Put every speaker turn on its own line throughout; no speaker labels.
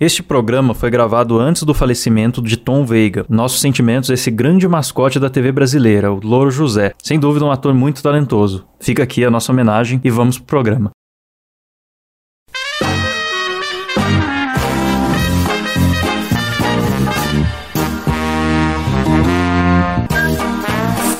Este programa foi gravado antes do falecimento de Tom Veiga. Nossos sentimentos a esse grande mascote da TV brasileira, o Louro José. Sem dúvida, um ator muito talentoso. Fica aqui a nossa homenagem e vamos pro programa.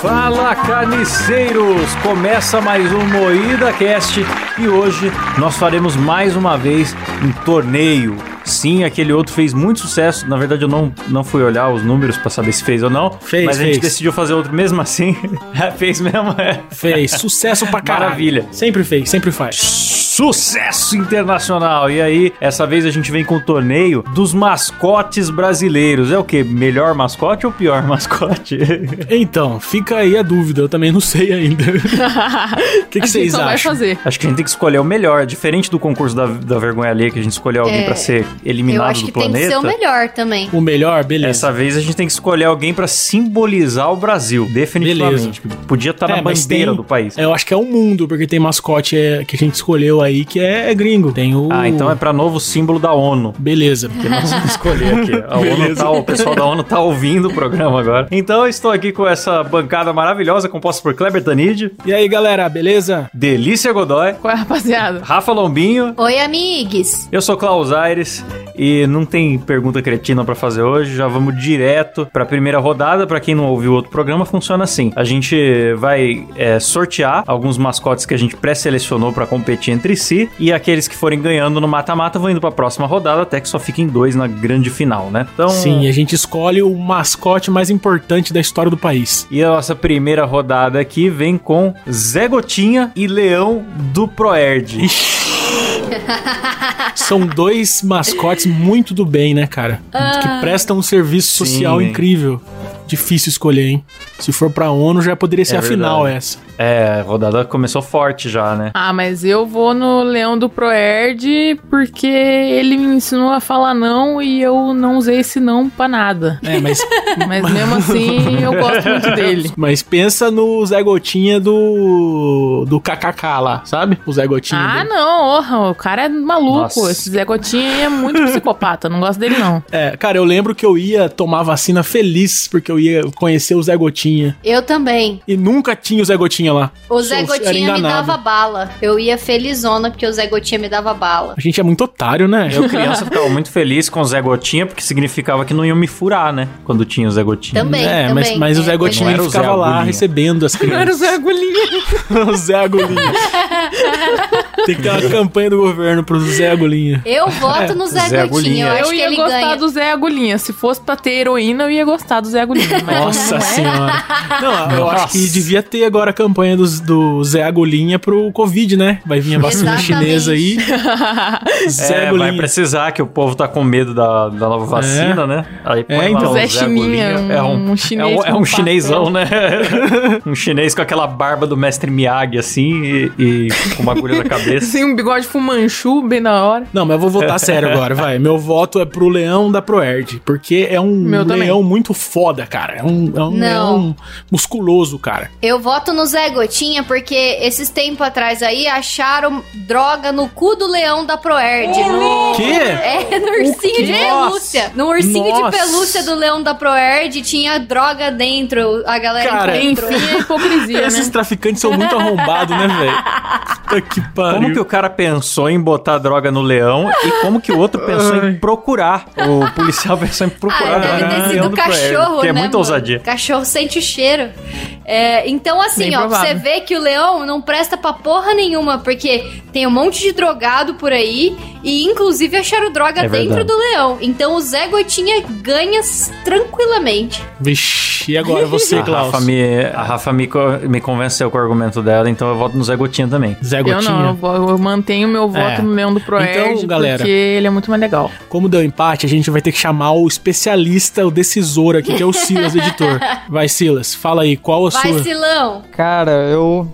Fala carniceiros! Começa mais um Moída Cast e hoje nós faremos mais uma vez um torneio. Sim, aquele outro fez muito sucesso. Na verdade, eu não, não fui olhar os números pra saber se fez ou não.
Fez,
mas a gente
fez.
decidiu fazer outro mesmo assim. É, fez mesmo, é.
Fez. Sucesso pra caralho.
Maravilha.
Sempre fez, sempre faz.
Sucesso internacional! E aí, essa vez a gente vem com o torneio dos mascotes brasileiros. É o que? Melhor mascote ou pior mascote?
Então, fica aí a dúvida, eu também não sei ainda.
O
que vocês
só vai
acham?
fazer.
Acho que a gente tem que escolher o melhor. Diferente do concurso da, da vergonha alheia, que a gente escolheu alguém
É,
pra ser
Eu
eliminado
acho
do
que tem que ser
planeta.
o melhor também.
O melhor, beleza.
Essa vez a gente tem que escolher alguém pra simbolizar o Brasil, definitivamente. Podia estar tá na
É, mas
bandeira
tem-
do país.
Eu acho que é o mundo, porque tem mascote é, que a gente escolheu aí que é, gringo. Tem o.
Ah, então é pra novo símbolo da ONU.
Beleza.
que nós vamos escolher aqui. A ONU
Beleza.
tá- o pessoal da ONU tá ouvindo o programa agora. Então eu estou aqui com essa bancada maravilhosa composta por Kleber Tanid,
E aí, galera, beleza?
Delícia Godoy,
Qual é, rapaziada?
Rafa Lombinho.
Oi, amigues.
Eu sou Klaus Aires e não tem pergunta cretina pra fazer hoje, já vamos direto pra primeira rodada. Pra quem não ouviu outro programa, funciona assim. A gente vai é, sortear alguns mascotes que a gente pré-selecionou pra competir entre si e aqueles que forem ganhando no mata-mata vão indo pra próxima rodada, até que só fiquem dois na grande final, né? Então,
Sim, a gente escolhe o mascote mais importante da história do país.
E a nossa primeira rodada aqui vem com Zé Gotinha e Leão do Proerd.
São dois mascotes muito do bem, né, cara?
Ah.
Que prestam um serviço
Sim,
social
hein?
incrível. Difícil escolher, hein? Se for pra ONU, já poderia ser
É
a final
verdade.
essa.
É, a rodada começou forte já, né?
Ah, mas eu vou no Leão do Proerd porque ele me ensinou a falar não e eu não usei esse não pra nada.
É, mas,
Mas mesmo assim, eu gosto muito dele.
mas pensa no Zé Gotinha do. do KKK lá, sabe? O Zé Gotinha.
Ah,
dele.
não, orra, o cara é maluco.
Nossa.
Esse Zé Gotinha aí é muito psicopata, não gosto dele não.
É, cara, eu lembro que eu ia tomar vacina feliz porque eu ia conhecer o Zé Gotinha.
Eu também.
E nunca tinha o Zé Gotinha lá.
O Zé
Eu era
Gotinha me
enganado.
dava bala. Eu ia felizona porque o Zé Gotinha me dava bala.
A gente é muito otário, né?
Eu, criança, ficava muito feliz com o Zé Gotinha, porque significava que não iam me furar, né? Quando tinha o Zé Gotinha.
Então,
Também,
é, mas,
também.
mas o Zé
É,
Gotinha
não era o Zé
ficava lá
Agulhinha.
recebendo as crianças.
Agulhinha.
o Zé Agulhinha. Tem que ter uma campanha do governo pro Zé Agulhinha.
Eu voto no Zé,
Zé Agulhinha.
Gotinha. Eu acho
Eu
que
ia
ele
gostar
ganha.
do Zé Agulhinha. Se fosse pra ter heroína, eu ia gostar do Zé Agulhinha. Mas
Nossa
como não é,
senhora. Não, eu
Nossa.
acho que devia ter agora a campanha dos- do, Zé Agulhinha pro Covid, né? Vai vir a vacina
Exatamente.
chinesa aí. Zé
É, vai
Agulhinha.
precisar, que o povo tá com medo da, da nova vacina, né? Aí põe lá
então.
o
Zé Chininha,
Agulhinha.
um-
é um,
um chinês
é um, é
com
um
um
chinêsão, né? um chinês com aquela barba do mestre Miyagi, assim, e, e com uma agulha na cabeça.
Assim, um bigode fumanchu bem na hora.
Não, mas eu vou votar sério agora, vai. Meu voto é pro Leão da Proerd, porque é um
Meu também.
leão muito foda, cara. É um, é um
Não.
leão musculoso, cara.
Eu voto no Zé Gotinha porque esses tempos atrás aí acharam droga no cu do leão da Proerd. No-
Que?
É, no ursinho de
Nossa.
pelúcia. No ursinho
Nossa.
de pelúcia do leão da Proerd tinha droga dentro. A galera
Cara,
encontrou.
Enfim, é hipocrisia, né?
Esses traficantes são muito arrombados, né, velho? Puta que pariu.
Como que o cara pensou em botar droga no leão e como que o outro pensou em procurar? O policial pensou em procurar
Ah,
a droga
deve
no
ter
leão
sido
do
cachorro,
Proerd, que
né?
é muita
mano?
ousadia.
Cachorro sente o cheiro. É, então, assim,
Bem
ó,
provável.
você vê que o leão não presta pra porra nenhuma, porque tem um monte de drogado por aí e, inclusive, acharam droga
É
dentro
verdade.
do leão. Então, o Zé Gotinha ganha s- tranquilamente.
Vixe, e agora você,
A
Klaus?
Rafa, me, a Rafa me, co- me convenceu com o argumento dela, então eu voto no Zé Gotinha também.
Zé
Eu
Gotinha.
não, eu, vou- eu mantenho meu voto
É.
no Leão do Proerd,
Então, galera-
porque ele é muito mais legal.
Como deu empate, a gente vai ter que chamar o especialista, o decisor aqui, que é o Silas, editor. Vai, Silas, fala aí, qual a
Vai,
sua.
Silão.
Cara, eu.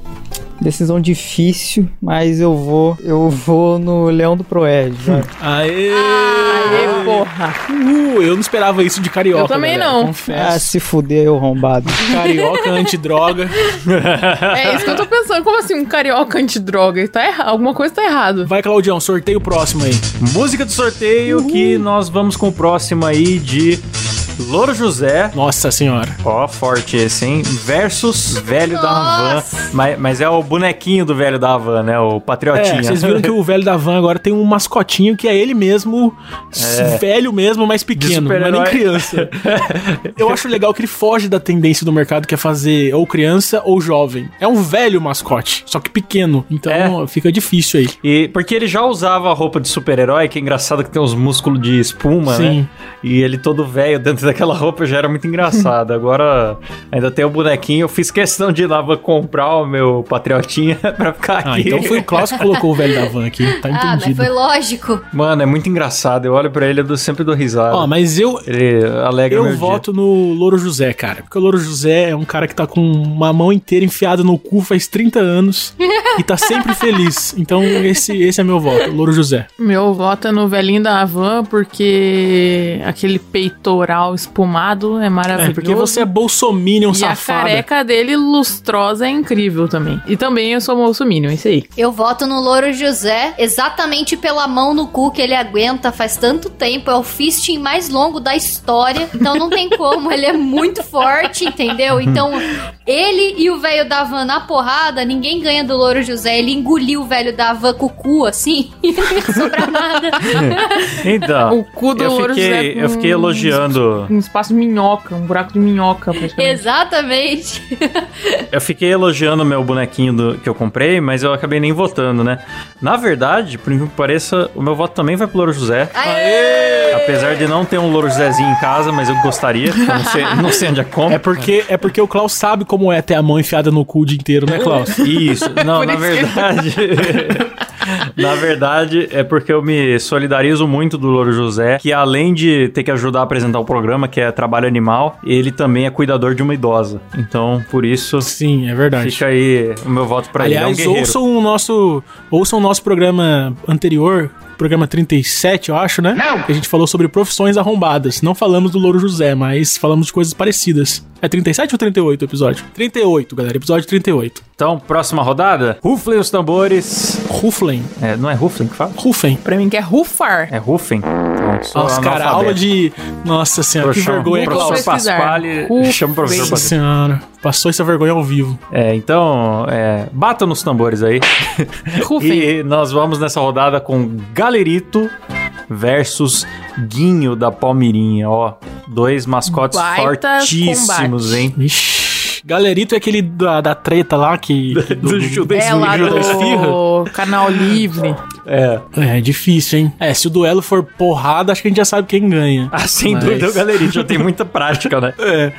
Decisão difícil, mas eu vou. Eu vou no Leão do Proerd. vai.
Aê!
Ah. Aê, porra.
Uh, eu não esperava isso de carioca.
Eu também
galera,
não.
ah,
Confesso.
se fuder, eu rombado.
Carioca antidroga.
É isso que eu tô pensando. Como assim um carioca antidroga? Tá errado. Alguma coisa tá errado.
Vai, Claudião, sorteio o próximo aí.
Música do sorteio que nós vamos com o próximo aí de Louro José.
Nossa senhora.
Ó, forte esse, hein? Versus Velho da Havan.
Nossa.
Mas, mas é o bonequinho do Velho da Havan, né? O Patriotinha.
É, vocês viram que o velho da van agora tem um mascotinho que é ele mesmo, s- velho mesmo, mas pequeno, não é nem
super-herói.
criança. Eu acho legal que ele foge da tendência do mercado que é fazer ou criança ou jovem. É um velho mascote, só que pequeno, então fica difícil aí.
E porque ele já usava a roupa de super-herói, que é engraçado que tem uns músculos de espuma, né?
Sim.
E ele todo velho dentro daquela roupa já era muito engraçado. Agora ainda tem o bonequinho. Eu fiz questão de ir lá vou comprar o meu patriotinha pra ficar
Ah,
aqui.
então foi o Klaus que colocou o velho da van aqui, tá
Ah, mas
entendido.
né?
foi lógico.
Mano, é muito engraçado. Eu olho pra ele e dou- sempre dou risada.
Ó, mas eu,
Ele alegra meu
Eu
dia.
voto no Louro José, cara. Porque o Louro José é um cara que tá com uma mão inteira enfiada no cu faz 30 anos e tá sempre feliz. Então esse, esse é meu voto, Louro José.
Meu voto é no velhinho da Havan, porque aquele peitoral espumado é maravilhoso.
É, porque você é
um
bolsominion
E a
safada.
careca dele lustrosa é incrível também. E também eu sou Minion, isso aí.
Eu voto no Louro José exatamente pela mão no cu que ele aguenta faz tanto tempo. É o fisting mais longo da história. Então não tem como. ele é muito forte, entendeu? Então ele e o velho da van na porrada, ninguém ganha do Louro José. Ele engoliu o velho da van com o cu assim. e não sobra nada.
Então,
O cu do
eu
Louro
fiquei,
José com
eu fiquei elogiando.
Um espaço de minhoca, um buraco de minhoca. praticamente.
Exatamente.
Eu fiquei elogiando o meu bonequinho do- que eu comprei, mas eu acabei nem votando, né? Na verdade, por incrível que pareça, o meu voto também vai pro Louro José. Apesar de não ter um Louro Josézinho em casa, mas eu gostaria, porque eu não sei, não sei onde é como.
É porque, é porque o Klaus sabe como é ter a mão enfiada no cu o dia inteiro, né, Klaus?
Isso, não,
É Por
na
isso que-
verdade. na verdade, é porque eu me solidarizo muito do Louro José, que além de ter que ajudar a apresentar o programa, que é Trabalho Animal, ele também é cuidador de uma idosa. Então, por isso,
Sim, é verdade.
fica aí o meu voto pra
Aliás,
ele. É um guerreiro.
ouçam o nosso, ouçam o nosso programa anterior, programa 37, eu acho, né? Não. A gente falou sobre profissões arrombadas. Não falamos do Louro José, mas falamos de coisas parecidas. É 37 ou 38 o episódio? 38, galera, episódio 38.
Então, próxima rodada. Ruflem os tambores.
Ruflem,
É, não é Ruflem que fala?
Rufem.
Pra mim que é rufar.
É Rufem. Então, sou
Nossa, cara,
analfabeto.
aula de... Nossa senhora, que
Trouxão.
vergonha,
Vou
Professor
Klaus.
pesquisar.
Pasquale,
Rufem.
chama o professor
Nossa
Pasquale.
senhora, passou essa vergonha ao vivo.
É, então, é, batam nos tambores aí.
Rufem.
E nós vamos nessa rodada com Galerito versus Guinho da Palmirinha, ó. Dois mascotes
Baita
fortíssimos,
combate.
hein?
Ixi, galerito é aquele da, da treta lá que... que
Do judeu.
É lá
Júlio um da
do canal livre.
É.
É, difícil, hein? É, se o duelo for porrada, acho que a gente já sabe quem ganha.
Ah, sem
Mas-
dúvida, o Galerito já tem muita prática, né?
É,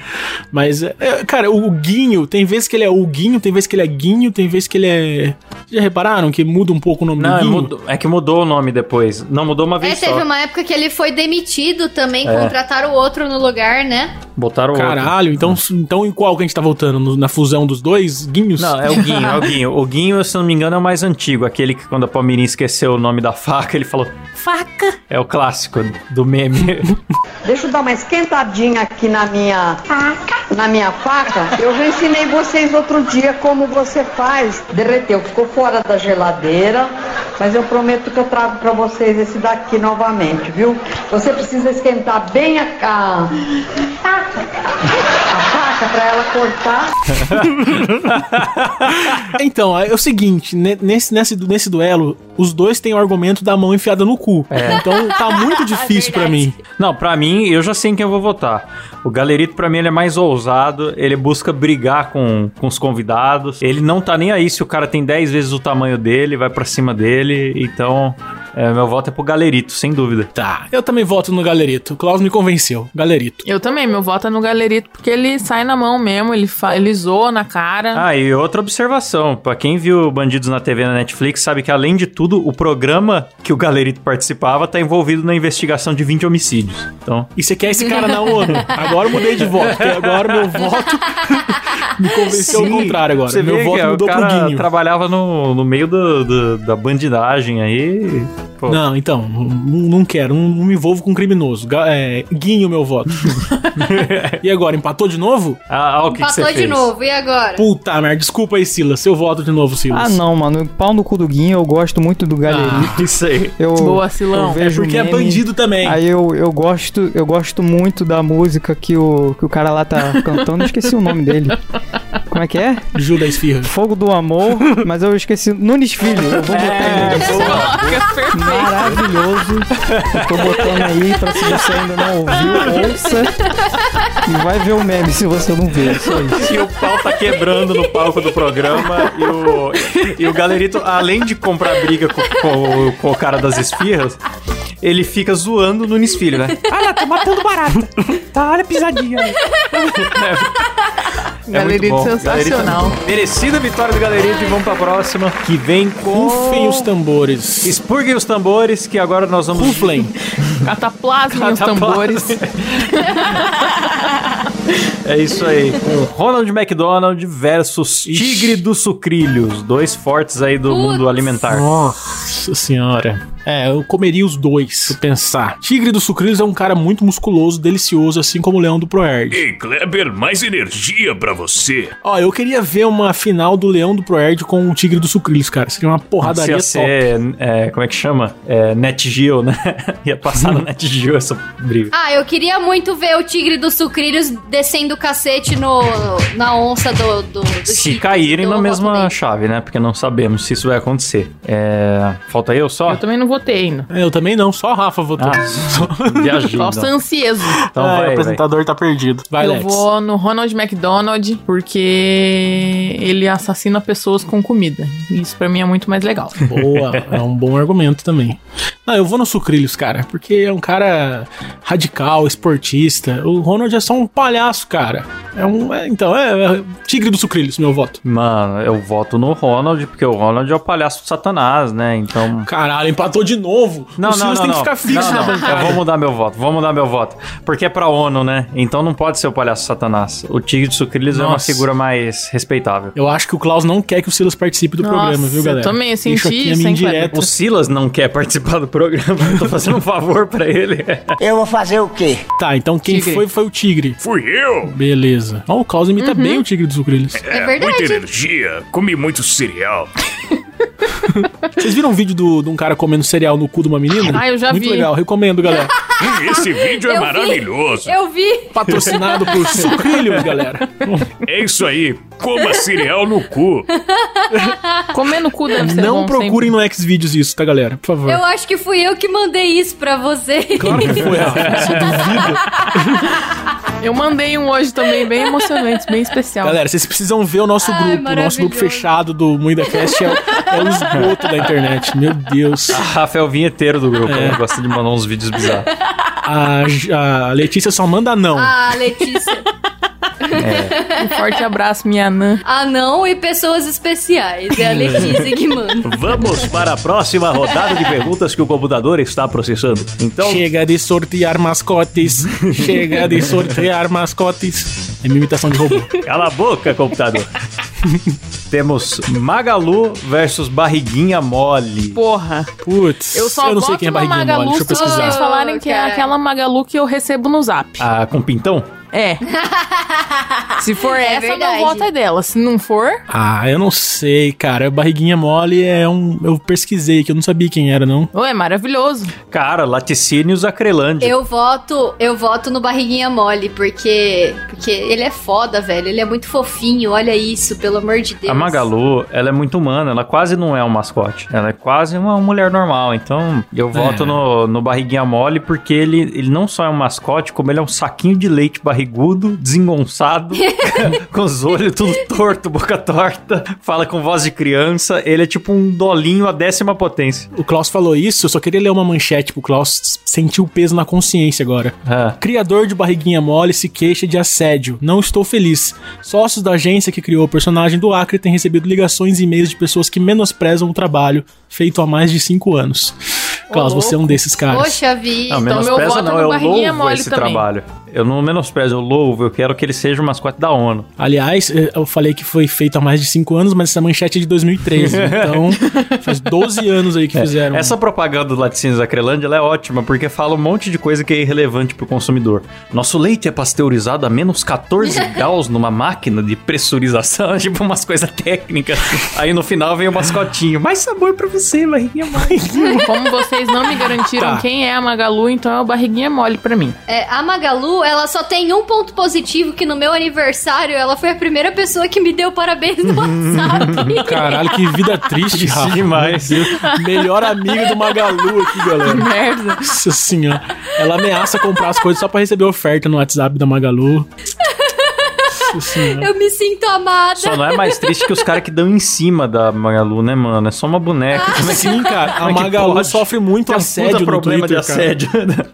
mas, é, é, cara, o Guinho, tem vezes que ele é o Guinho, tem vezes que ele é Guinho, tem vezes que ele é... Já repararam que muda um pouco o nome
Não,
do
é,
Guinho?
mudou- é que mudou o nome depois. Não, mudou uma
É,
vez
teve
só.
uma época que ele foi demitido também, contrataram o outro no lugar, né?
Botaram o outro.
Caralho, então,
É.
então em qual que a gente tá voltando? No- na fusão dos dois Guinhos?
Não, é o Guinho, é o Guinho. O Guinho, se não me engano, é o mais antigo. Aquele que quando a Palmeirinha esqueceu o nome da faca, ele falou... Faca! É o clássico do meme.
Deixa eu dar uma esquentadinha aqui na minha faca. Na minha faca. Eu já ensinei vocês outro dia como você faz. Derreteu, ficou fora da geladeira, mas eu prometo que eu trago pra vocês esse daqui novamente, viu? Você precisa esquentar bem a a, a faca pra ela cortar.
Então, é o seguinte, ne- nesse, nesse, nesse duelo, os dois têm o argumento da mão enfiada no cu.
É.
Então tá muito difícil pra mim.
Não, pra mim, eu já sei em quem eu vou votar. O Galerito, pra mim, ele é mais ousado, ele busca brigar com, com os convidados. Ele não tá nem aí se o cara tem 10 vezes o tamanho dele, vai pra cima dele. Então, é, meu voto é pro Galerito, sem dúvida.
Tá, eu também voto no Galerito. O Klaus me convenceu. Galerito.
Eu também, meu voto é no galerito, porque ele sai na mão mesmo, ele, fa... ele zoa na cara.
Ah, e outra observação, pra quem viu Bandidos na TV na Netflix, sabe que além de tudo, o programa que o Galerito participava tá envolvido na investigação de 20 homicídios. Então,
E você quer esse cara na ONU? Agora eu mudei de voto. porque Agora meu voto Me convenceu ao
Sim.
contrário agora.
Você
Meu
vê
voto
que é, o
mudou pro
cara
Guinho.
trabalhava no, no meio do- do- da bandidagem aí. Pô,
Não, então, não não quero, não, não me envolvo com criminoso. Ga- é, guinho meu voto. e agora, empatou de novo?
Ah, ah, o que, que você
Empatou de
fez?
novo, e agora?
Puta merda, desculpa aí, Silas, seu voto de novo, Silas.
Ah, não, mano. Pau no cu do Guinho, eu gosto muito do Galerito.
Isso aí.
Eu,
Boa, Silão.
eu
É
vejo
porque é
meme,
bandido também.
Aí eu, eu gosto eu gosto muito da música que o, que o cara lá tá cantando. Eu esqueci o nome dele. Como é que é?
Judas Esfirra.
Fogo do Amor, mas eu esqueci. Nunes Filho. Eu vou botar
É,
Nunes. Maravilhoso. Eu tô botando aí pra se você ainda não ouviu, ouça. E vai ver o meme se você não ver. Só isso.
E o pau tá quebrando no palco do programa. E o, e o galerito, além de comprar briga com, com o- com o cara das esfirras, ele fica zoando o Nunes Filho, né?
Olha, tá matando barata. Tá, olha a pisadinha.
É muito
Galerito
é bom.
sensacional.
Galerito- merecida vitória do galerito e vamos pra próxima, que vem com...
Rufem os tambores.
Expurguem os tambores, que agora nós vamos...
Ruflem.
Cataplasma nos
Cataplasma.
tambores.
É isso aí. Com Ronald McDonald versus Tigre dos Sucrilhos. Dois fortes aí do
Putz.
mundo alimentar.
Nossa senhora. É, eu comeria os dois, se eu pensar. Tigre do Sucrilhos é um cara muito musculoso, delicioso, assim como o Leão do Proerd.
Ei, Kleber, mais energia pra você.
Ó, eu queria ver uma final do Leão do Proerd com o Tigre do Sucrilhos, cara. Seria uma porradaria
ia
top.
ser, é, como é que chama? É, Net Geo, né? Ia passar no Net Geo essa briga.
Ah, eu queria muito ver o tigre dos sucrilhos descendo o cacete no, na onça do. do, do
Se
Chico,
caírem
do
na
Rock
mesma
Band.
chave, né? Porque não sabemos se isso vai acontecer. É, Falta eu só?
Eu também não votei ainda.
É, Eu também não, só a Rafa votou.
Ah, viajei.
Só
então.
o ansioso.
Então
Ah,
vai, vai.
tá perdido. Vai,
Eu
Lex.
vou no Ronald McDonald porque ele assassina pessoas com comida. Isso pra mim é muito mais legal.
Boa, é um bom argumento também. Não, eu vou no Sucrilhos, cara, porque é um cara radical, esportista. O Ronald é só um palhaço, cara. É um. é- então, é, é tigre do Sucrilhos, meu voto.
Mano, eu voto no Ronald, porque o Ronald é o palhaço do satanás, né? Então...
Caralho, empatou de novo. o Silas tem que ficar fixo
Não,
na
não. Eu
bancada.
vou mudar meu voto, vou mudar meu voto. Porque é pra ONU, né? Então não pode ser o palhaço Satanás. O Tigre de Sucrilhos é uma
Nossa.
figura mais respeitável.
Eu acho que o Klaus não quer que o Silas participe do
Nossa,
programa, viu,
eu
galera?
também
Deixa
senti
aqui a
isso,
minha
hein, Kleber?
indireta.
O Silas não quer participar do programa, eu tô fazendo um favor pra ele.
Eu vou fazer o quê?
Tá, então quem
Tigre.
foi foi o Tigre.
Fui eu.
Beleza. Ó, o Klaus
Uhum.
imita bem o Tigre do Sucrilhos.
É
muita
verdade.
energia. Comi muito cereal.
Vocês viram um vídeo do- de um cara comendo cereal no cu de uma menina?
Ah, eu já
Muito
vi.
Muito legal, recomendo, galera.
Hum, Esse vídeo é
Eu vi.
maravilhoso.
Eu vi.
Patrocinado por Sucrilhos, galera.
É isso aí. Coma cereal no cu.
Comer no cu deve ser
Não
bom
procurem no Xvideos isso, tá, galera? Por favor.
Eu acho que fui eu que mandei isso pra você.
Claro que foi, Rafa. Você duvida?
sempre. Eu mandei um hoje também bem emocionante, bem especial.
Galera, vocês precisam ver o nosso
Ai,
grupo. O nosso grupo
maravilhoso.
fechado do Muida Cast é, o- é o esgoto da internet. Meu Deus.
Rafael é Vinheteiro do grupo,
É.
ele gosta de mandar uns vídeos bizarros.
A, a Letícia só manda não.
Ah, Letícia.
Um forte abraço, minha Anã.
Ah, não, e pessoas especiais. É a Letícia que manda.
Vamos para a próxima rodada de perguntas que o computador está processando. Então,
Chega de sortear mascotes. Chega de sortear mascotes. É minha imitação de robô.
cala a boca, computador. Temos Magalu versus Barriguinha Mole.
Porra.
Putz.
Eu só
não sei
voto
quem é
na
barriguinha
Magalu
mole. Deixa eu
se vocês
pesquisar.
falarem
Oh,
que é
cara.
aquela Magalu que eu recebo no zap.
Ah, com pintão?
É. se for
É
essa,
verdade.
meu voto é dela. Se não for,
Ah, eu não sei, cara. Barriguinha mole é um. Eu pesquisei que eu não sabia quem era, não.
oh, é maravilhoso.
Cara, laticínios Acrelândia.
Eu voto, eu voto no Barriguinha Mole, porque, porque ele é foda, velho. Ele é muito fofinho, olha isso, pelo amor de Deus.
A Magalu, ela é muito humana, ela quase não é um mascote. Ela é quase uma mulher normal. Então, eu voto no, no Barriguinha Mole porque ele, ele não só é um mascote, como ele é um saquinho de leite barrigudo, desengonçado, com os olhos tudo torto, boca torta, fala com voz de criança. Ele é tipo um dolinho à décima potência.
O Klaus falou isso, eu só queria ler uma manchete pro Klaus sentir o peso na consciência agora.
Ah,
Criador de barriguinha mole se queixa de assédio. Não estou feliz. Sócios da agência que criou o personagem do Acre têm recebido ligações e e-mails de pessoas que menosprezam o trabalho feito há mais de 5 anos. Klaus,
Ô,
você é um desses caras.
Poxa vida.
Não,
Então, meu
menospreza
voto
não,
no
eu
Barriguinha
louvo
Mole
esse
também.
trabalho. Eu não menosprezo, eu louvo, eu quero que ele seja o mascote da ONU.
Aliás, eh, eu falei que foi feito há mais de 5 anos, mas essa manchete é de 2013. então, faz 12 anos aí que fizeram.
É, Essa propaganda do Laticínios da Crelândia ela é ótima, porque fala um monte de coisa que é irrelevante pro consumidor. Nosso leite é pasteurizado a menos 14 graus numa máquina de pressurização, tipo umas coisas técnicas. Aí no final vem o mascotinho. Mais sabor pra você, barriguinha mãe.
Hum, Como vocês não me garantiram
Tá.
quem é a Magalu, então é o barriguinha mole pra mim.
É, a Magalu, ela só tem um ponto positivo, que no meu aniversário, ela foi a primeira pessoa que me deu parabéns no WhatsApp.
Caralho, que vida triste, Rafa.
demais.
Melhor amiga do Magalu aqui, galera.
Merda.
Nossa senhora. Ela ameaça comprar as coisas só pra receber oferta no WhatsApp da Magalu. Nossa senhora.
Eu me sinto amada.
Só não é mais triste que os caras que dão em cima da Magalu, né, mano? É só uma boneca. Como é que-
Sim, assim, um cara. A
como é que
Magalu
pode?
sofre muito
Tem um
assédio
puta
no
problema
Twitter,
de
cara.
assédio. né?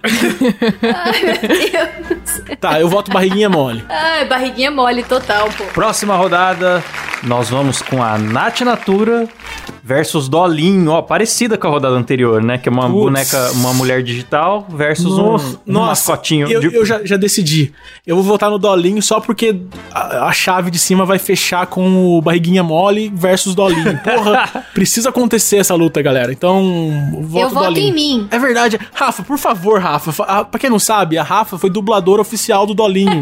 Tá, eu voto barriguinha mole.
Ai, barriguinha mole total, pô.
Próxima rodada, nós vamos com a Nath Natura versus Dolinho, ó, parecida com a rodada anterior, né? Que é uma
Putz.
boneca, uma mulher digital versus um, um mascotinho.
eu,
de-
eu já, já decidi. Eu vou votar no Dolinho só porque a, a chave de cima vai fechar com o Barriguinha Mole versus Dolinho. Porra, precisa acontecer essa luta, galera. Então, voto
Eu voto
Dolinho.
em mim.
É verdade. Rafa, por favor, Rafa. fa- a- pra quem não sabe, a Rafa foi dubladora oficial do Dolinho.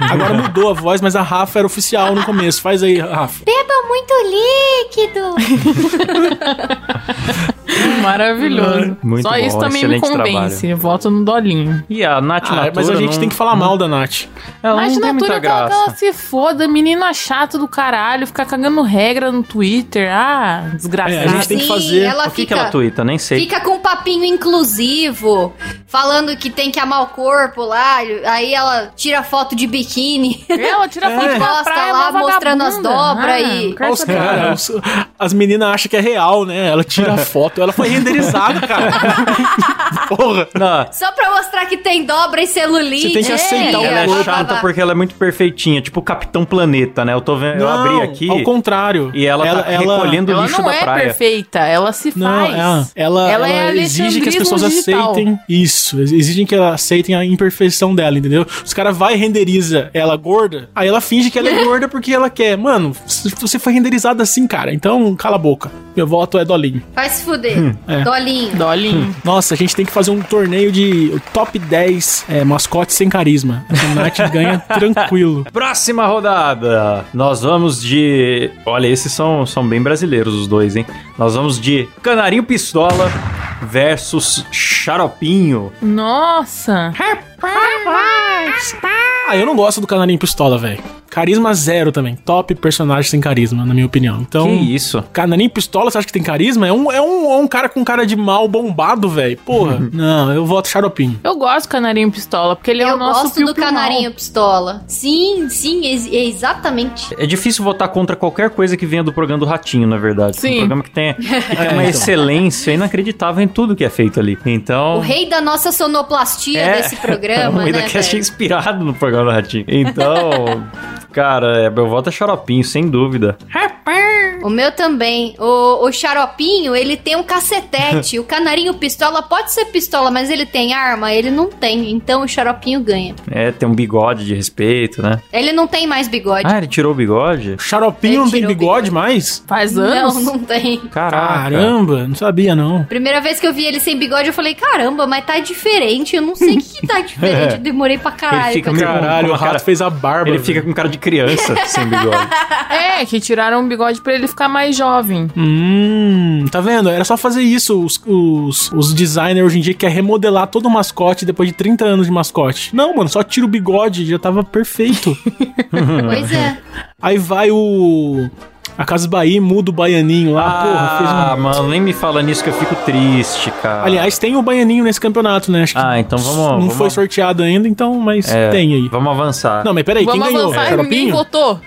Agora mudou a voz, mas a Rafa era oficial no começo. Faz aí, Rafa.
Beba muito líquido.
Hum, Maravilhoso.
Muito
Só
bom,
isso também me
excelente
convence. Voto no Dolinho. Então,
E a Nath
Ah,
Natura.
mas a gente
não-
tem que falar mal da Nath.
Ela
Mas
não tem muita
Natura que ela- que ela
graça.
se foda, menina chata do caralho, ficar cagando regra no Twitter. Ah,
É, a
desgraçada.
gente tem que
Sim,
fazer-
Ela
O que,
fica,
que ela tuita? Nem sei.
fica com um papinho inclusivo, falando que tem que amar o corpo lá. Aí ela tira foto de biquíni.
Ela tá tira foto
É.
da
Posta
praia,
lá
uma
mostrando as
vagabunda.
dobras
Ah,
e-
não quero
Olha os
saber.
caras. os- As meninas acham que é real, né? Ela tira a foto. Ela foi renderizada, cara. Porra.
Não,
Só pra mostrar que tem dobra e celulite.
Você tem que aceitar o
ela é
corpo.
chata
babá.
porque ela é muito perfeitinha, tipo o Capitão Planeta, né? Eu tô vendo, eu abri
Não,
aqui
Ao contrário.
e ela, tá recolhendo o
Ela
lixo
não
da
é
praia.
perfeita, ela se
Não,
faz. é
ela, ela, ela, exige que as
Alexandrino
pessoas
digital.
aceitem isso. ex- Exigem que ela aceitem a imperfeição dela, entendeu? Os caras vai e renderiza ela gorda, aí ela finge que ela é gorda porque ela quer. Mano, se- você foi renderizada assim, cara. Então, cala a boca. Meu voto é dolinho.
Vai se fuder.
é.
Dolinho.
Dolinho.
Nossa, a gente tem que fazer um torneio de top 10 é, mascotes sem carisma. A Nath ganha tranquilo.
Próxima rodada. Nós vamos de. Olha, esses são, são bem brasileiros os dois, hein? Nós vamos de Canarinho Pistola versus Xaropinho.
Nossa.
Ah, eu não gosto do Canarinho Pistola, velho. Carisma zero também. Top personagem sem carisma, na minha opinião. Então.
Que isso?
Canarinho Pistola, você acha que tem carisma? É um, é um, é um cara com cara de mal bombado, velho. Porra. não, eu voto xaropinho.
Eu gosto do canarinho pistola, porque ele é
Eu
o nosso
gosto do
piu-piu mal.
canarinho pistola. Sim, sim, ex- é exatamente.
É difícil votar contra qualquer coisa que venha do programa do Ratinho, na verdade.
Sim.
Um programa que tem, que tem
É,
uma
então.
excelência inacreditável em tudo que é feito ali. Então. é
O rei da nossa sonoplastia desse programa,
o
né?
Midacast é
velho?
inspirado no programa do Ratinho. Então. cara, é, meu voto é Xaropinho, sem dúvida.
O meu também. O, o xaropinho, ele tem um cacetete. o canarinho pistola pode ser pistola, mas ele tem arma? Ele não tem. Então o xaropinho ganha.
É, tem um bigode de respeito, né?
Ele não tem mais bigode.
Ah, ele tirou o bigode?
Xaropinho
Ele
É não tem
tirou o
bigode
bigode.
mais?
Faz
não,
anos.
não tem.
Caraca.
Caramba, não sabia não.
Primeira vez que eu vi ele sem bigode, eu falei, caramba, mas tá diferente. Eu não sei o que, que tá diferente. Eu demorei pra caralho.
Ele fica
pra
meio
descobrir.
Caralho,
Como a
o rato
cara-
fez a barba.
Ele
velho.
fica com cara de criança sem bigode.
É, que tiraram o bigode pra ele ficar mais jovem.
Hum, tá vendo? Era só fazer isso. Os, os, os designers hoje em dia querem remodelar todo o mascote depois de 30 anos de mascote. Não, mano, só tira o bigode, já tava perfeito.
Pois é.
Aí vai o. A Casa Bahia e muda o baianinho lá. porra, fez um.
Ah, mano, nem me fala nisso que eu fico triste, cara.
Aliás, tem o baianinho nesse campeonato, né? Acho que
Ah, então vamos-
Não
vamos-
foi sorteado ainda, então, mas
É,
tem aí.
Vamos avançar.
Não, mas peraí,
Vamos
quem ganhou?
avançar, ninguém
Xaropinho?
votou.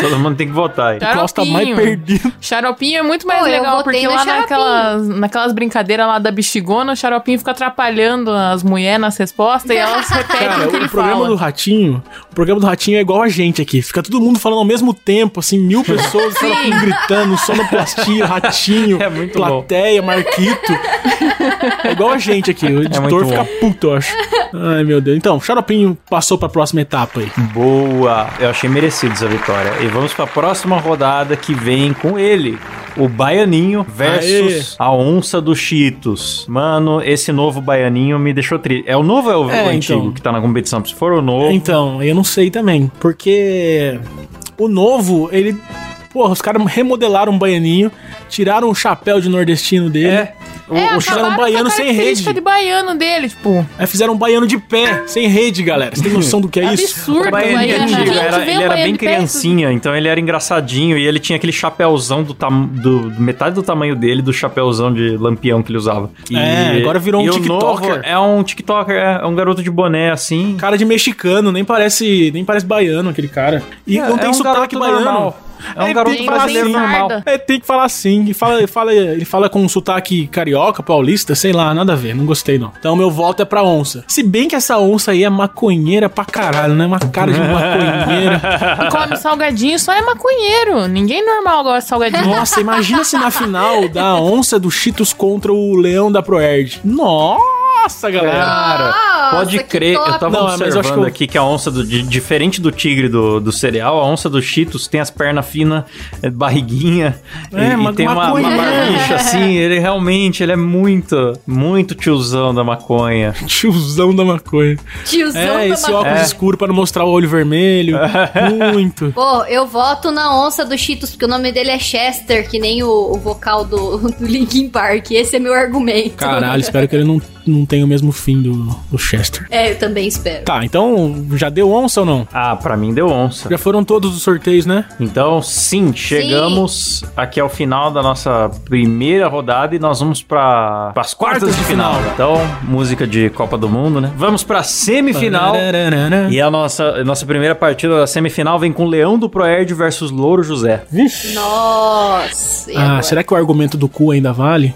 Todo mundo tem que votar aí.
O Klaus tá mais
Xaropinho.
perdido.
Xaropinho é muito mais
Pô, eu
legal,
votei
porque
no
lá
xaropinho.
naquelas, naquelas brincadeiras lá da bexigona, o xaropinho fica atrapalhando as mulheres nas respostas e elas repetem
Cara,
o que
o
ele
programa
fala.
do Ratinho, o programa do Ratinho é igual a gente aqui. Fica todo mundo falando ao mesmo tempo, assim, mil pessoas o xaropinho gritando, sonoplastia, ratinho,
É muito bom.
plateia, marquito. É igual a gente aqui. O editor
muito
fica
bom.
puto, eu acho. Ai, meu Deus. Então, o xaropinho passou pra próxima etapa aí.
Boa! Eu achei merecido essa vitória. E vamos pra próxima rodada que vem com ele. O Baianinho versus a Onça dos Cheetos. Mano, esse novo Baianinho me deixou triste. É o novo ou é o
É,
antigo
então.
que tá na competição? Se for o novo...
Então, eu não sei também. Porque o novo, ele. Porra, os caras remodelaram o baianinho, tiraram o chapéu de nordestino dele.
É.
O,
É,
o-
acabaram
fizeram um
com a
baiano sem
característica
rede.
de baiano dele, tipo,
Aí fizeram um baiano de pé, sem rede, galera. Você tem noção do que é isso?
absurdo.
O Baianinho
baiano.
antigo,
Gente,
era,
vê
ele
o
era
baiano
bem
de perto.
criancinha, então ele era engraçadinho e ele tinha aquele chapéuzão do, tam, do do metade do tamanho dele, do chapéuzão de lampião que ele usava. E-
É, agora virou um
e o
tiktoker.
novo é um TikToker, é, é um garoto de boné assim.
Cara de mexicano, nem parece, nem parece baiano aquele cara. E
É,
não tem
é um
sotaque
garoto
baiano.
normal. É um
Ele
garoto
tem que falar
brasileiro
assim,
normal.
sarda.
É, tem que falar assim. Ele fala, ele, fala, ele fala com um sotaque carioca, paulista, sei lá, nada a ver. Não gostei, não. Então, meu voto é pra onça. Se bem que essa onça aí é maconheira pra caralho, né? Uma cara de maconheira.
E assim, come salgadinho, só é maconheiro. Ninguém normal gosta de salgadinho.
Nossa, imagina se na final da onça do Cheetos contra o leão da Proerd. Nossa, galera.
Cara,
Nossa,
pode
que
crer, eu
top.
tava
Não, mas eu
observando
acho que eu-
aqui que a onça, do, di- diferente do tigre do, do cereal, a onça do Cheetos tem as pernas finas, é, barriguinha,
É,
e,
uma-
e tem uma, uma
maconha.
barbicha assim, ele realmente, ele é muito, muito tiozão da maconha.
Tiozão da maconha.
Tiozão tá
É,
da
esse
maconha.
óculos
É.
escuro pra não mostrar o olho vermelho. Muito.
Pô, eu voto na onça do Cheetos, porque o nome dele é Chester, que nem o, o vocal do, do Linkin Park. Esse é meu argumento.
Caralho, espero que ele não, não tenha o mesmo fim do, do Chester.
É, eu também espero.
Tá, então já deu onça ou não?
Ah, pra mim deu onça.
Já foram todos os sorteios, né?
Então, sim, chegamos aqui ao final da nossa primeira rodada e nós vamos para as quartas de final. Então, música de Copa do Mundo, né? Vamos para semifinal.
Tarararara.
E a nossa, a nossa primeira partida da semifinal vem com Leão do Proerd versus Louro José.
Nossa. e
Ah,
agora?
será que o argumento do cu ainda vale?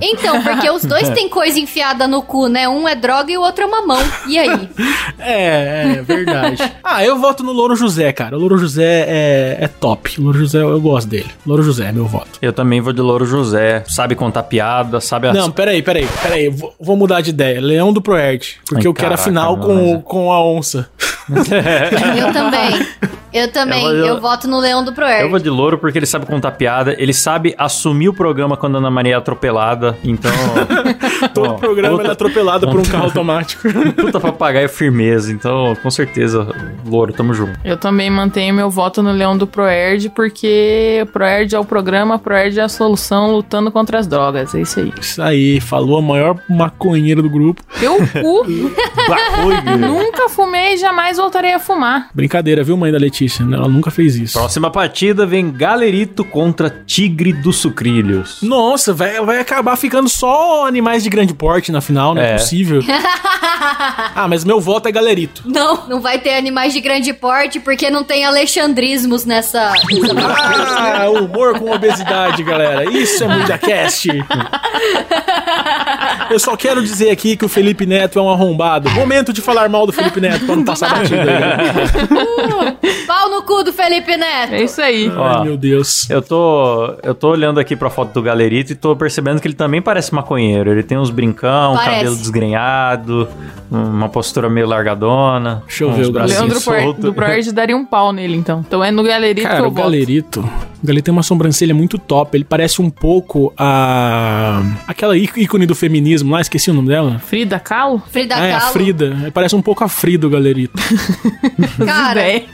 Então, porque os dois têm coisa enfiada no cu, né? Um é droga e o outro é uma mão. E aí?
É, é verdade. ah, eu voto no Louro José, cara. O Louro José é, é top. O Louro José, eu gosto dele. Louro José é meu voto.
Eu também vou de Louro José. Sabe contar piada, sabe as...
Não, peraí, peraí, peraí. eu Vou, vou mudar de ideia. Leão do Proerd.
Ai,
Porque eu quero a
caraca,
final
não,
com,
mas-
com a onça.
Eu também. Eu também.
Eu
Eu,
vou-
voto no Leão do Proer.
Eu vou de Louro porque ele sabe contar piada, ele sabe assumir o programa quando a Ana Maria é atropelada. Então,
Todo
Ó,
programa
outra-
era atropelado por um carro automático.
puta papagaio firmeza. Então, com certeza, Louro, tamo junto.
Eu também mantenho meu voto no Leão do Proerd, porque o Proerd é o programa, o Proerd é a solução lutando contra as drogas. É isso aí.
Isso aí, falou a maior maconheira do grupo.
Eu cu, nunca fumei e jamais voltarei a fumar.
Brincadeira, viu, mãe da Letícia? Ela nunca fez isso.
Próxima partida vem Galerito contra Tigre dos Sucrilhos.
Nossa, vai, vai acabar ficando só animais de grande porte na final, não é,
É.
possível. ah, mas meu voto é galerito.
Não, não vai ter animais de grande porte, porque não tem alexandrismos nessa.
Ah, humor com obesidade, galera. Isso é MuidaCast. Eu só quero dizer aqui que o Felipe Neto é um arrombado. Momento de falar mal do Felipe Neto pra não passar batida. aí, galera.
Pau no cu do Felipe
É
Neto.
isso aí.
Ó.
Ai, meu Deus.
Eu tô, eu tô olhando aqui pra foto do galerito e tô percebendo que ele também parece maconheiro. Ele tem uns brincão, um
Parece.
cabelo desgrenhado, uma postura meio largadona.
Deixa eu
uns
ver o
bracinhos
Leandro Proer-
soltos.
do Proerd daria um pau nele, então. Então é no galerito que
Cara,
eu
o
voto.
galerito. O galerito tem uma sobrancelha muito top. Ele parece um pouco a. aquela í- ícone do feminismo lá, esqueci o nome dela.
Frida Kahlo?
Frida
Ah, é, a
Kahlo.
Frida. Ele Parece um pouco a Frida, o galerito.
Cara,
Ideia.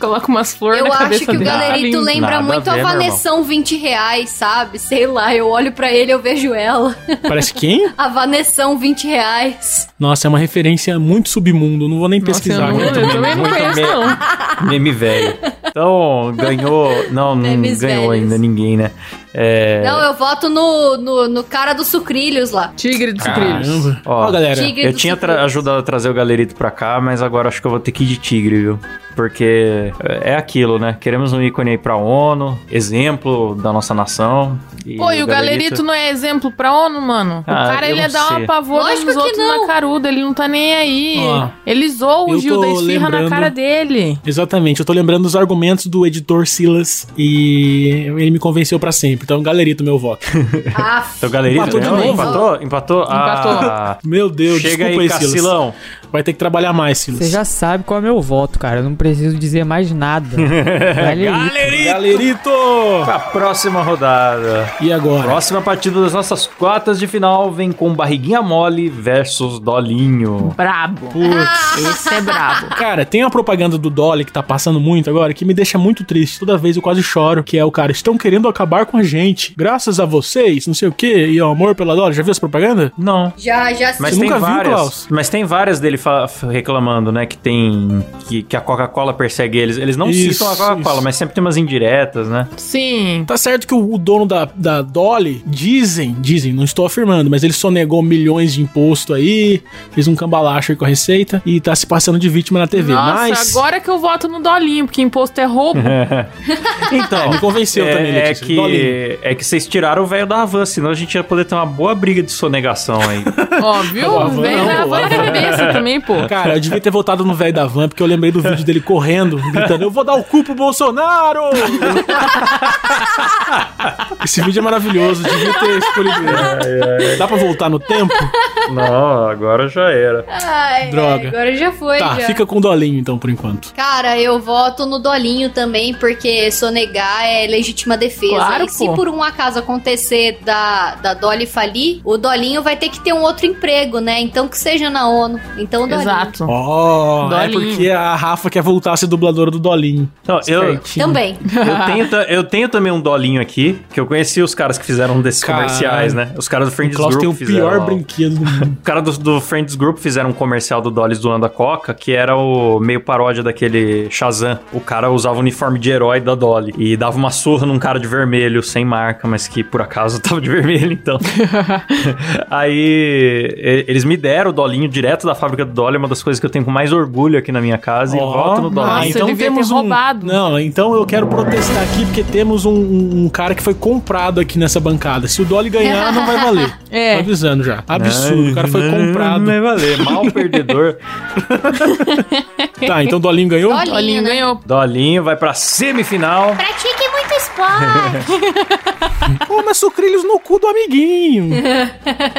Coloca umas flores
Eu
na
acho
cabeça
que o
dele.
galerito
Ah, lindo.
lembra
Tá Nada
muito
a
a,
ver, meu
Vanessão 20 reais, sabe? Sei lá, eu olho pra ele eu vejo ela.
Parece quem?
A Vanessão 20 reais.
Nossa, é uma referência muito submundo. Não vou nem
Nossa, eu,
pesquisar.
não,
né?
eu também não
Muito
conheço,
bem.
não.
Meme velho. Então, ganhou. Não, não
Memes
ganhou
velhos.
ainda ninguém, né? É,
Não, eu voto no, no, no cara dos sucrilhos lá.
Tigre de sucrilhos.
Caramba. Ó,
Ó,
galera.
Tigre
Eu
dos
tinha tra-
sucrilhos.
ajudado a trazer o galerito pra cá, mas agora acho que eu vou ter que ir de tigre, viu? Porque é é aquilo, né? Queremos um ícone aí pra ONU, exemplo da nossa nação.
Pô, e o galerito não é exemplo pra ONU, mano?
Ah,
o cara,
eu
ele é ia
não
dar
sei.
uma pavoura
Lógico
nos
que
outros
não.
na caruda, ele não tá nem aí.
Ó,
ele zoa
eu
o Gil
tô
da esfirra
lembrando-
na cara dele.
Exatamente, eu tô lembrando dos argumentos do editor Silas e ele me convenceu pra sempre. Então, galerito, meu voto.
Ah,
Então, galerito
Empatou de
não,
novo?
empatou? Empatou? Ah,
Meu Deus,
Chega
desculpa
aí,
Silas.
Cacilão.
Vai ter que trabalhar mais, Silas.
Você já sabe qual é meu voto, cara. Eu não preciso dizer mais nada. Galerito.
Galerito!
Pra próxima rodada.
E agora?
Próxima partida das nossas quartas de final vem com Barriguinha Mole versus Dolinho.
Brabo.
Putz.
Esse é brabo.
Cara, tem uma propaganda do Dolly que tá passando muito agora que me deixa muito triste. Toda vez eu quase choro, que é o cara, estão querendo acabar com a gente. Graças a vocês, não sei o quê, e ao amor pela Dolly. Já viu essa propaganda?
Não.
já, já
Mas
Você
tem
nunca viu,
várias.
Klaus?
mas tem várias dele fa- f- reclamando, né? Que tem. Que, que a Coca-Cola persegue eles. Eles não
Isso,
citam a Coca-Cola,
isso.
mas sempre tem umas indiretas, né?
Sim.
Tá certo que o, o dono da, da Dolly, dizem, dizem, não estou afirmando, mas ele sonegou milhões de imposto aí, fez um cambalacho aí com a receita e tá se passando de vítima na TV.
Nossa,
mas
agora que eu voto no Dolinho, porque imposto é roubo.
Então.
me convenceu
é,
também,
é
Letícia. Dolinho.
que, é que vocês tiraram o velho da Havan, senão a gente ia poder ter uma boa briga de sonegação aí.
Ó,
O
viu?
Avan
Vem
não,
na
o
van
Avan.
cabeça também, pô.
Cara, eu devia ter voltado no velho da van, porque eu lembrei do vídeo dele correndo, gritando: Eu vou dar o cu pro Bolsonaro! Esse vídeo é maravilhoso, devia ter escolhido
É,
ele. Dá pra voltar no tempo?
não, agora já era.
Ai,
Droga.
ai, É, agora já foi,
Tá,
já.
fica com o Dolinho então, por enquanto.
Cara, eu voto no Dolinho também, porque sonegar é legítima defesa.
Claro,
e se
pô.
por um acaso acontecer da, da Dolly falir, o Dolinho vai ter que ter um outro emprego, né? Então que seja na ONU. Então, Dolinho.
Exato.
Ó, é
Dolinho.
porque a Rafa quer voltar a ser dubladora do Dolinho.
Então, eu,
Certinho.
Também.
eu, tenho, ta- eu tenho também um Dolinho aqui, que eu conheci os caras que fizeram um desses
Caralho.
comerciais, né? Os caras do
O
Friends
Klaus
Group
tem o
fizeram.
pior
lá o-
brinquedo do mundo.
O cara do, do Friends Group fizeram um comercial do Dolly zoando a Coca, que era o meio paródia daquele Shazam. O cara usava o uniforme de herói da Dolly e dava uma surra num cara de vermelho, sem marca, mas que por acaso tava de vermelho, então. Aí e- eles me deram o Dolinho direto da fábrica do Dolly, é uma das coisas que eu tenho com mais orgulho aqui na minha casa, e
Ó,
voto no
nossa,
Dolinho.
ele devia ter roubado.
Então um- Não, então eu quero protestar aqui porque temos um, um- um cara que foi comprado aqui nessa bancada. Se o Dolly ganhar, não vai valer.
É.
Tô avisando já. Absurdo, o cara foi comprado.
Não vai valer, mal perdedor.
Tá, então o Dolinho ganhou?
Dolinho,
Dolinho
né?
ganhou.
Dolinho vai pra semifinal.
Pratique muito esporte.
Pô, mas sucrilhos no cu do amiguinho.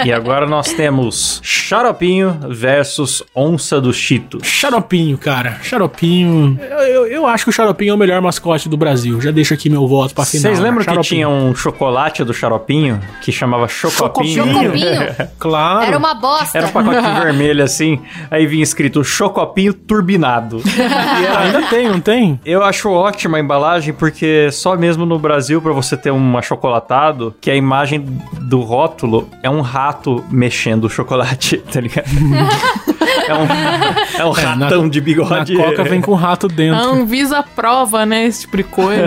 E agora nós temos Xaropinho versus Onça do Chito.
Xaropinho, cara. Xaropinho. Eu, eu- eu acho que o Xaropinho é o melhor mascote do Brasil. Já deixo aqui meu voto pra final.
Vocês lembram que
né? Xaropinho.
tinha um chocolate do Xaropinho que chamava Chocopinho?
Chocopinho.
Claro.
um Era uma bosta.
Era um pacotinho vermelho assim, aí vinha escrito Chocopinho Turbinado.
E era- Ah, Ainda tem, não tem?
Eu acho ótima a embalagem porque só mesmo no Brasil pra você ter um achocolatado, que a imagem do rótulo é um rato mexendo o chocolate, tá ligado? é um, é um
É, na-
ratão de
Na
bigode.
coca vem com o rato
A
dentro.
Anvisa Ah, um prova, né? Esse tipo de coisa.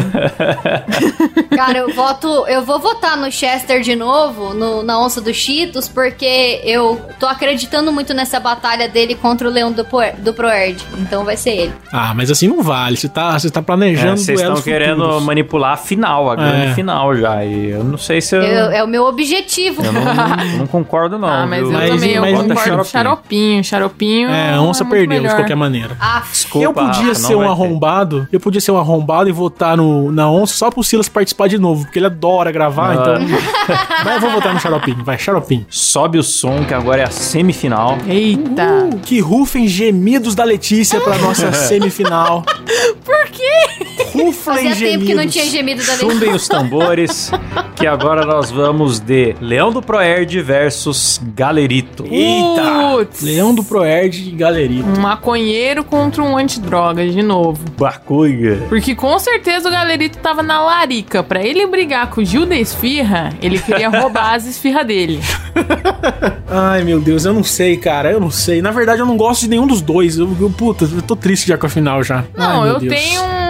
Cara, eu voto. Eu vou votar no Chester de novo, no- na onça do Cheetos, porque eu tô acreditando muito nessa batalha dele contra o leão do, Poer- do Proerd. Então vai ser ele.
Ah, mas assim não vale. Você tá, você tá
É,
planejando
Vocês estão
duelos
querendo
futuros.
manipular a final, a grande
É.
final já. E eu não sei se eu.
Eu-
Eu,
é o meu objetivo.
não, não- não concordo, não.
ah, mas
viu?
eu
Mas-
também.
mas
eu
não tá
concordo com xaropinho. Xaropinho.
É, a onça
é muito
perdeu de
melhor.
qualquer maneira.
Ah,
Desculpa,
eu podia
Rafa, não
ser um
vai ter.
arrombado, eu podia ser um arrombado e votar no, na onça só pro Silas participar de novo, porque ele adora gravar,
Ah.
então. Mas eu vou votar no Xaropinho, vai, Xaropinho.
Sobe o som, que agora é a semifinal.
Eita.
Que rufem gemidos da Letícia pra nossa semifinal.
Por quê?
Rufem
fazia
gemidos.
tempo que não tinha gemido da Letícia.
Chumbem os tambores, que agora nós vamos de Leão do Proerd versus Galerito.
Eita!
Putz.
Leão do Proerd e Galerito.
Um maconheiro contra um antidroga, de novo.
Bacuia.
Porque com certeza o galerito tava na larica. Pra ele brigar com o Gil da Esfirra, ele queria roubar as esfirras dele.
Ai, meu Deus, eu não sei, cara, eu não sei. Na verdade, eu não gosto de nenhum dos dois. Eu, eu- puta, eu tô triste já com a final já.
Não,
Ai, meu
eu
Deus.
tenho um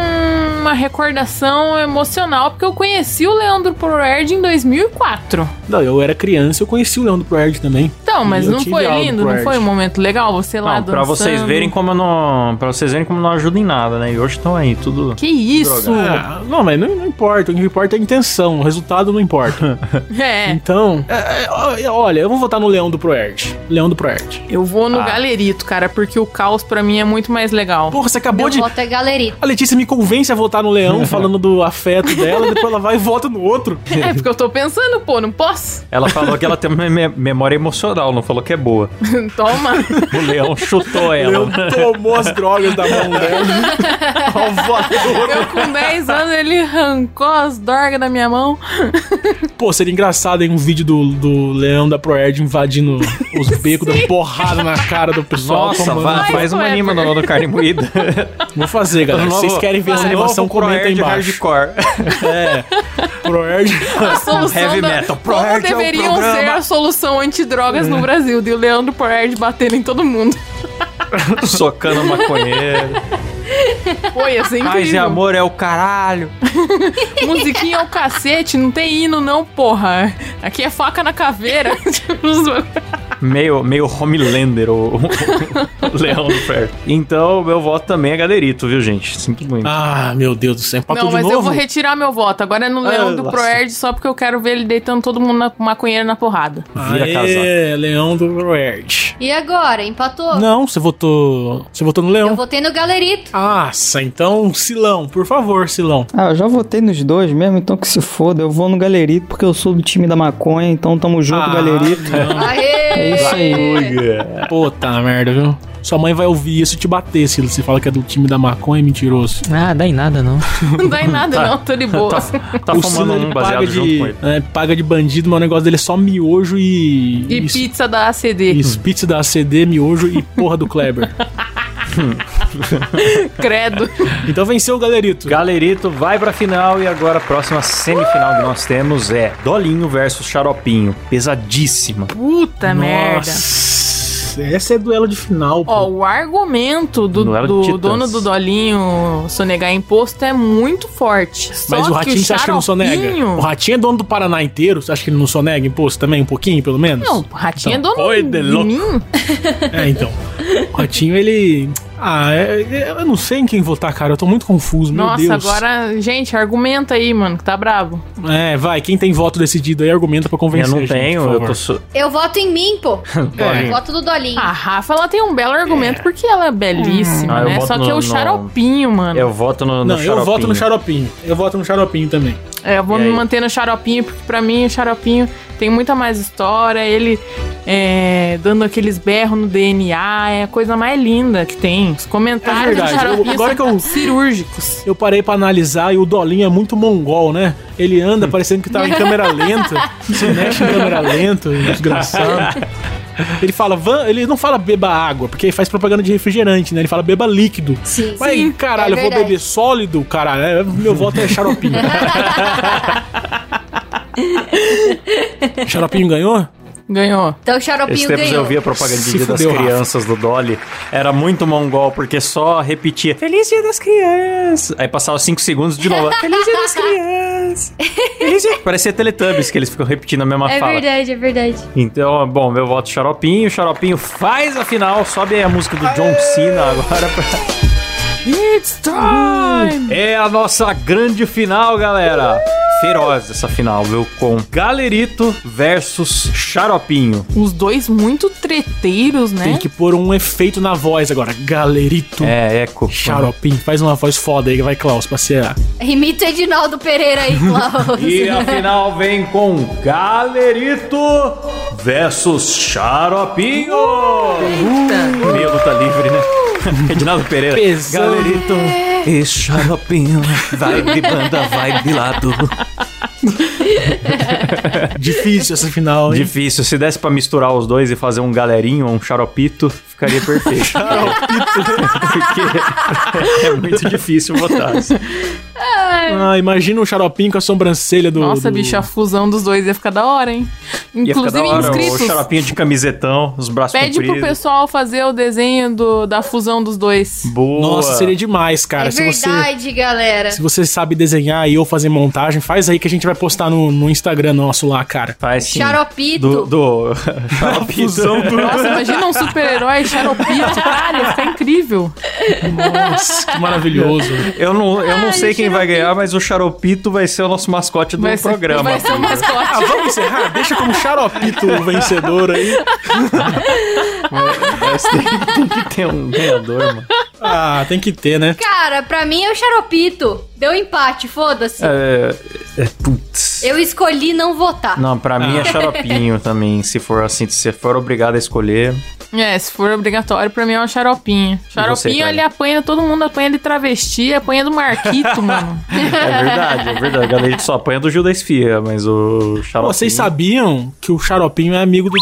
uma recordação emocional, porque eu conheci o Leandro Proerd em 2004.
Não, eu era criança, eu conheci o Leandro Proerd também.
Então, mas
E eu
não
tive
foi
aula do
lindo? Não
Proerd.
foi um momento legal? Você lá
Não,
dançando?
pra vocês verem como eu não. Pra vocês verem como não ajuda em nada, né? E hoje estão aí, tudo.
Que isso!
Ah, não, mas não, não importa. O que importa é a intenção. O resultado não importa.
É,
então, é, é, ó, olha, eu vou votar no Leão do Proerd. Leão do Proerd.
eu vou no
Ah.
galerito, cara, porque o caos pra mim é muito mais legal.
Porra, você acabou
Meu
de.
voto é galerito.
A Letícia me convence a votar no Leão, falando do afeto dela, depois ela vai e vota no outro.
É, porque eu tô pensando, pô, não posso?
Ela falou que ela tem uma me- memória emocional, não falou que é boa.
Toma.
O leão chutou
O Leão
ela.
tomou as drogas da mão né? dela. Ao voador.
Eu com 10 anos, ele arrancou as dorgas da minha mão.
Pô, seria engraçado hein, um vídeo do, do Leão da Proerd invadindo os becos, dando porrada na cara do pessoal.
Nossa,
tomando. um
vai,
Mas,
faz uma
Kleber.
anima no do carne moída.
Vou fazer, galera. Se vocês querem ver essa animação, comenta aí
comentem
embaixo.
hardcore.
É, Proerd.
A solução
Heavy
da...
metal.
Como
Proerd é o
deveriam
programa.
ser a solução antidrogas no Brasil? De o Leandro Proerd batendo em todo mundo.
Socando maconheiro.
Foi, ia ser incrível.
Paz e amor é o caralho.
Musiquinha é o cacete, não tem hino não, porra. Aqui é faca na caveira.
Meio, meio Homelander, o, o- o leão do perto. Então, meu voto também é galerito, viu, gente? Sinto muito.
Ah, meu Deus do céu. Empatou
não,
de
mas
novo?
eu vou retirar meu voto. Agora é no Leão do
nossa.
Proerd só porque eu quero ver ele deitando todo mundo na maconheira na porrada.
Vira casaco.
É, Leão do Proerd.
E agora? Empatou?
Não, você votou. Você votou no
Eu
Leão.
votei no galerito.
Nossa, então, Silão, por favor, Silão.
Ah, eu já votei nos dois mesmo, então que se foda. Eu vou no Galerito porque eu sou do time da maconha, então tamo junto,
Ah,
Galerito. É
Aê!
isso aí.
Puta merda, viu? Sua mãe vai ouvir isso e te bater, Silo. Você fala que é do time da maconha, mentiroso.
Ah, dá em nada não.
Não dá em nada não, tô de boa.
Tá
o
fumando
Silo,
um
ele
baseado
paga
junto com
de,
ele.
é, paga de bandido, mas o negócio dele é só miojo e...
E
isso.
pizza da ACD.
Isso, pizza da CD, miojo e porra do Kleber.
Credo.
Então venceu o galerito.
Galerito vai pra final e agora a próxima semifinal que nós temos é Dolinho versus Xaropinho. Pesadíssima.
Puta merda.
Nossa, essa é duelo de final,
Ó,
pô.
o argumento do,
Duelo de
do
titãs.
dono do Dolinho sonegar imposto é muito forte.
Mas
Só
o Ratinho,
que
você acha que não sonega?
Xaropinho-
O Ratinho é dono do Paraná inteiro, você acha que ele não sonega imposto também, um pouquinho, pelo menos?
Não, o Ratinho
Então,
é dono
oi,
de
de louco.
mim.
É, então. O Ratinho, ele... Ah, é- é- eu não sei em quem votar, cara. Eu tô muito confuso, meu
Nossa,
Deus.
agora, gente, argumenta aí, mano, que tá brabo.
É, vai. Quem tem voto decidido aí, argumenta pra
Eu
convencer
não
a gente,
tenho,
por
eu
favor.
tô. Su...
Eu voto em mim, pô.
É.
Eu voto no Dolinho.
A Rafa, ela tem um belo argumento porque ela é belíssima,
Ah, eu
né?
voto
Só que
no-
é
no-
o xaropinho, mano.
Eu voto no, no
Ah, Não,
Xaropinho.
eu voto no Xaropinho. Eu voto no Xaropinho também.
É, eu vou
E
me
aí?
manter no xaropinho, porque pra mim o xaropinho tem muita mais história. Ele é, dando aqueles berros no DNA é a coisa mais linda que tem. Os
É
comentários do
verdade, eu-
Ah, xaropinho tá
agora
são
que eu-
cirúrgicos.
Eu parei pra analisar e o Dolinho é muito mongol, né? Ele
Hum.
anda parecendo que tá em câmera lenta, se mexe em câmera lenta, um desgraçado. Ele fala, "Van-" ele não fala beba água, porque ele faz propaganda de refrigerante, né? Ele fala beba líquido.
Sim.
Mas,
Sim,
caralho,
é
eu vou
verdade.
beber sólido, caralho. É, Meu voto é xaropinho. xaropinho ganhou?
Ganhou.
Então o Xaropinho
Esses tempos
ganhou.
eu vi a propaganda
Se
de Dia das
fudeu, Rafa.
Crianças do Dolly. Era muito mongol, porque só repetia Feliz Dia das Crianças. Aí passava 5 segundos de novo. Feliz Dia das Crianças. Feliz dia... Parecia Teletubbies que eles ficam repetindo a mesma
É
fala.
verdade, é verdade.
Então, bom, meu voto xaropinho. Xaropinho faz a final. Sobe aí a música do John Cena agora pra.
It's time!
É a nossa grande final, galera. Feroz essa final, viu? Com Galerito versus Xaropinho.
Os dois muito treteiros, né?
Tem que pôr um efeito na voz agora. Galerito.
É, eco.
Xaropinho, faz uma voz foda aí que vai, Klaus, pra ser.
Imita o Edinaldo Pereira aí, Klaus.
E a final vem com Galerito versus Xaropinho. Uh, meia luta livre, né?
Uh.
Edinaldo Pereira.
Pesou.
Galerito
É.
e Xaropinho. Vai de banda, vai de lado.
Difícil essa final, hein?
Difícil. Se desse pra misturar os dois e fazer um galerinho ou um xaropito, ficaria perfeito. xaropito. Porque é muito difícil votar. assim.
Ah, imagina um xaropinho com a sobrancelha do.
Nossa,
do...
bicho, a fusão dos dois ia ficar da hora, hein?
Ia ficar
Inclusive,
da hora, o
inscritos.
xaropinho de camisetão, os braços
Pede pro
compridos.
pessoal fazer o desenho do- da fusão dos dois.
Boa.
Nossa, seria demais, cara.
é
se você.
verdade, galera.
Se você sabe desenhar e eu fazer montagem, faz aí que a gente vai postar no, no Instagram nosso lá, cara.
Faz sim.
Xaropito.
Do, do... xaropito.
Nossa, imagina um super-herói xaropito. Caralho, ia ficar incrível.
Nossa, que maravilhoso.
Eu não, eu não
Ai,
sei quem vai
xaropito.
ganhar, mas o xaropito vai ser o nosso mascote do
Vai ser,
programa. assim, né?
vai ser o
Ah,
mascote.
vamos encerrar? Deixa como xaropito o vencedor aí.
Mas tem, tem que ter um ganhador, mano.
Ah, tem que ter, né?
Cara, pra mim é o xaropito. Deu um empate, foda-se.
É, é, putz.
Eu escolhi não votar.
Não, pra mim é xaropinho também. Se for assim, se você for obrigado a escolher.
É, se for obrigatório, pra mim é um xaropinho. Xaropinho,
Caio?
ele apanha, todo mundo apanha de travesti, apanha do Marquito, mano.
É verdade, é verdade. A galera só apanha do Gil da Esfia, mas o
Pô,
xaropinho.
Vocês sabiam que o xaropinho é amigo do.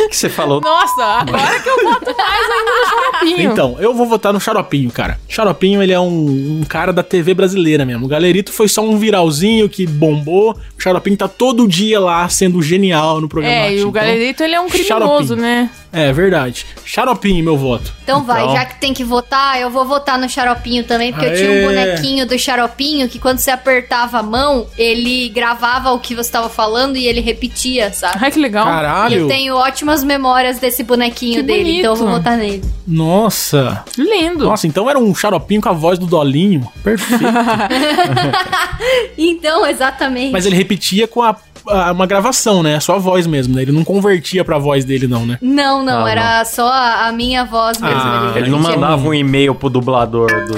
o que você falou?
Nossa, agora que eu boto mais ainda no xaropinho.
Então, eu vou votar no Xaropinho, cara. Xaropinho, ele é um, um cara da TV brasileira mesmo. O Galerito foi só um viralzinho que bombou. O Xaropinho tá todo dia lá sendo genial no programa.
é, e o galerito, ele é um criminoso,
Então, xaropinho.
né?
É, verdade. Xaropinho, meu voto.
Então vai,
Então.
já que tem que votar, eu vou votar no xaropinho também, porque eu tinha
Aê!
um bonequinho do xaropinho que quando você apertava a mão, ele gravava o que você tava falando e ele repetia, sabe?
Ai, que legal.
então. E eu
Caralho.
tenho ótimas memórias desse bonequinho
Que
dele,
bonito.
então eu vou votar nele.
Nossa.
Lindo.
Nossa, então era um xaropinho com a voz do Dolinho. Perfeito.
Então, exatamente.
Mas é ele repetia com a, a- uma gravação, né? Só a voz mesmo, né? Ele não convertia pra voz dele, não, né?
Não, não,
Não,
era só a a minha voz mesmo.
Ah,
Ele não
repetia.
mandava um e-mail pro dublador do.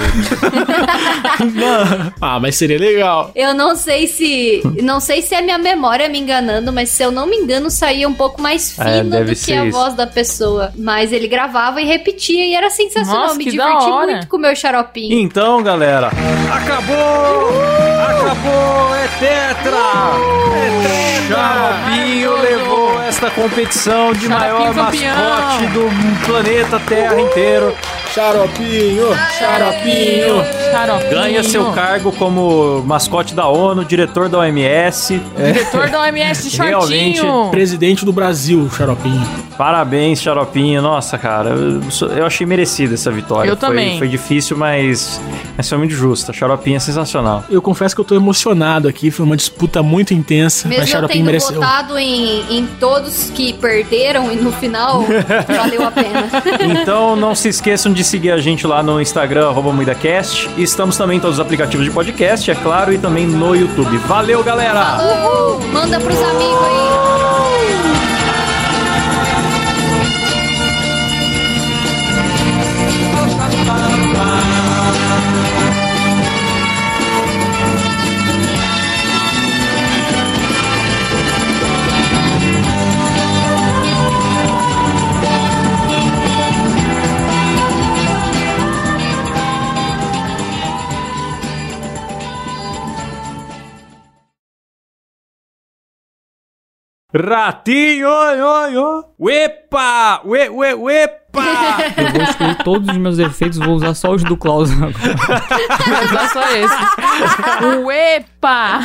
Ah, mas seria legal.
Eu não sei se. Não sei se é minha memória me enganando, mas se eu não me engano, saía um pouco mais
É,
fino
deve
do que
ser
a
isso.
voz da pessoa. Mas ele gravava e repetia e era sensacional.
Nossa,
me
que da
diverti
hora.
muito com o meu xaropinho.
Então, galera, acabou! Acabou! É tetra! É tetra! Xaropinho
Maravilhoso!
levou esta competição de maior
campeão!
mascote do planeta Terra inteiro.
Xaropinho, xaropinho.
Xaropinho.
Ganha seu cargo como mascote da ONU, diretor da OMS.
Diretor da OMS de
Realmente,
shortinho.
Presidente do Brasil, xaropinho.
Parabéns, Xaropinho. Nossa, cara, eu, sou- eu achei merecida essa vitória.
Eu
Foi-
também.
Foi difícil, mas, mas foi muito justa. Xaropinho é sensacional.
Eu confesso que eu tô emocionado aqui, foi uma disputa muito intensa, mas
Mesmo eu
xaropinho
tendo
mereceu.
votado em, em todos que perderam e no final valeu a pena.
Então não se esqueçam de seguir a gente lá no Instagram, arroba MuidaCast. E Estamos também em todos os aplicativos de podcast, é claro, e também no YouTube. Valeu, galera!
Uhul! Manda pros amigos aí.
Ratinho, oi, oi, oi. Uepa! Ue, ue, uepa!
Eu vou excluir todos os meus efeitos, vou usar só os do Klaus agora.
Mas não é só esse. Uepa!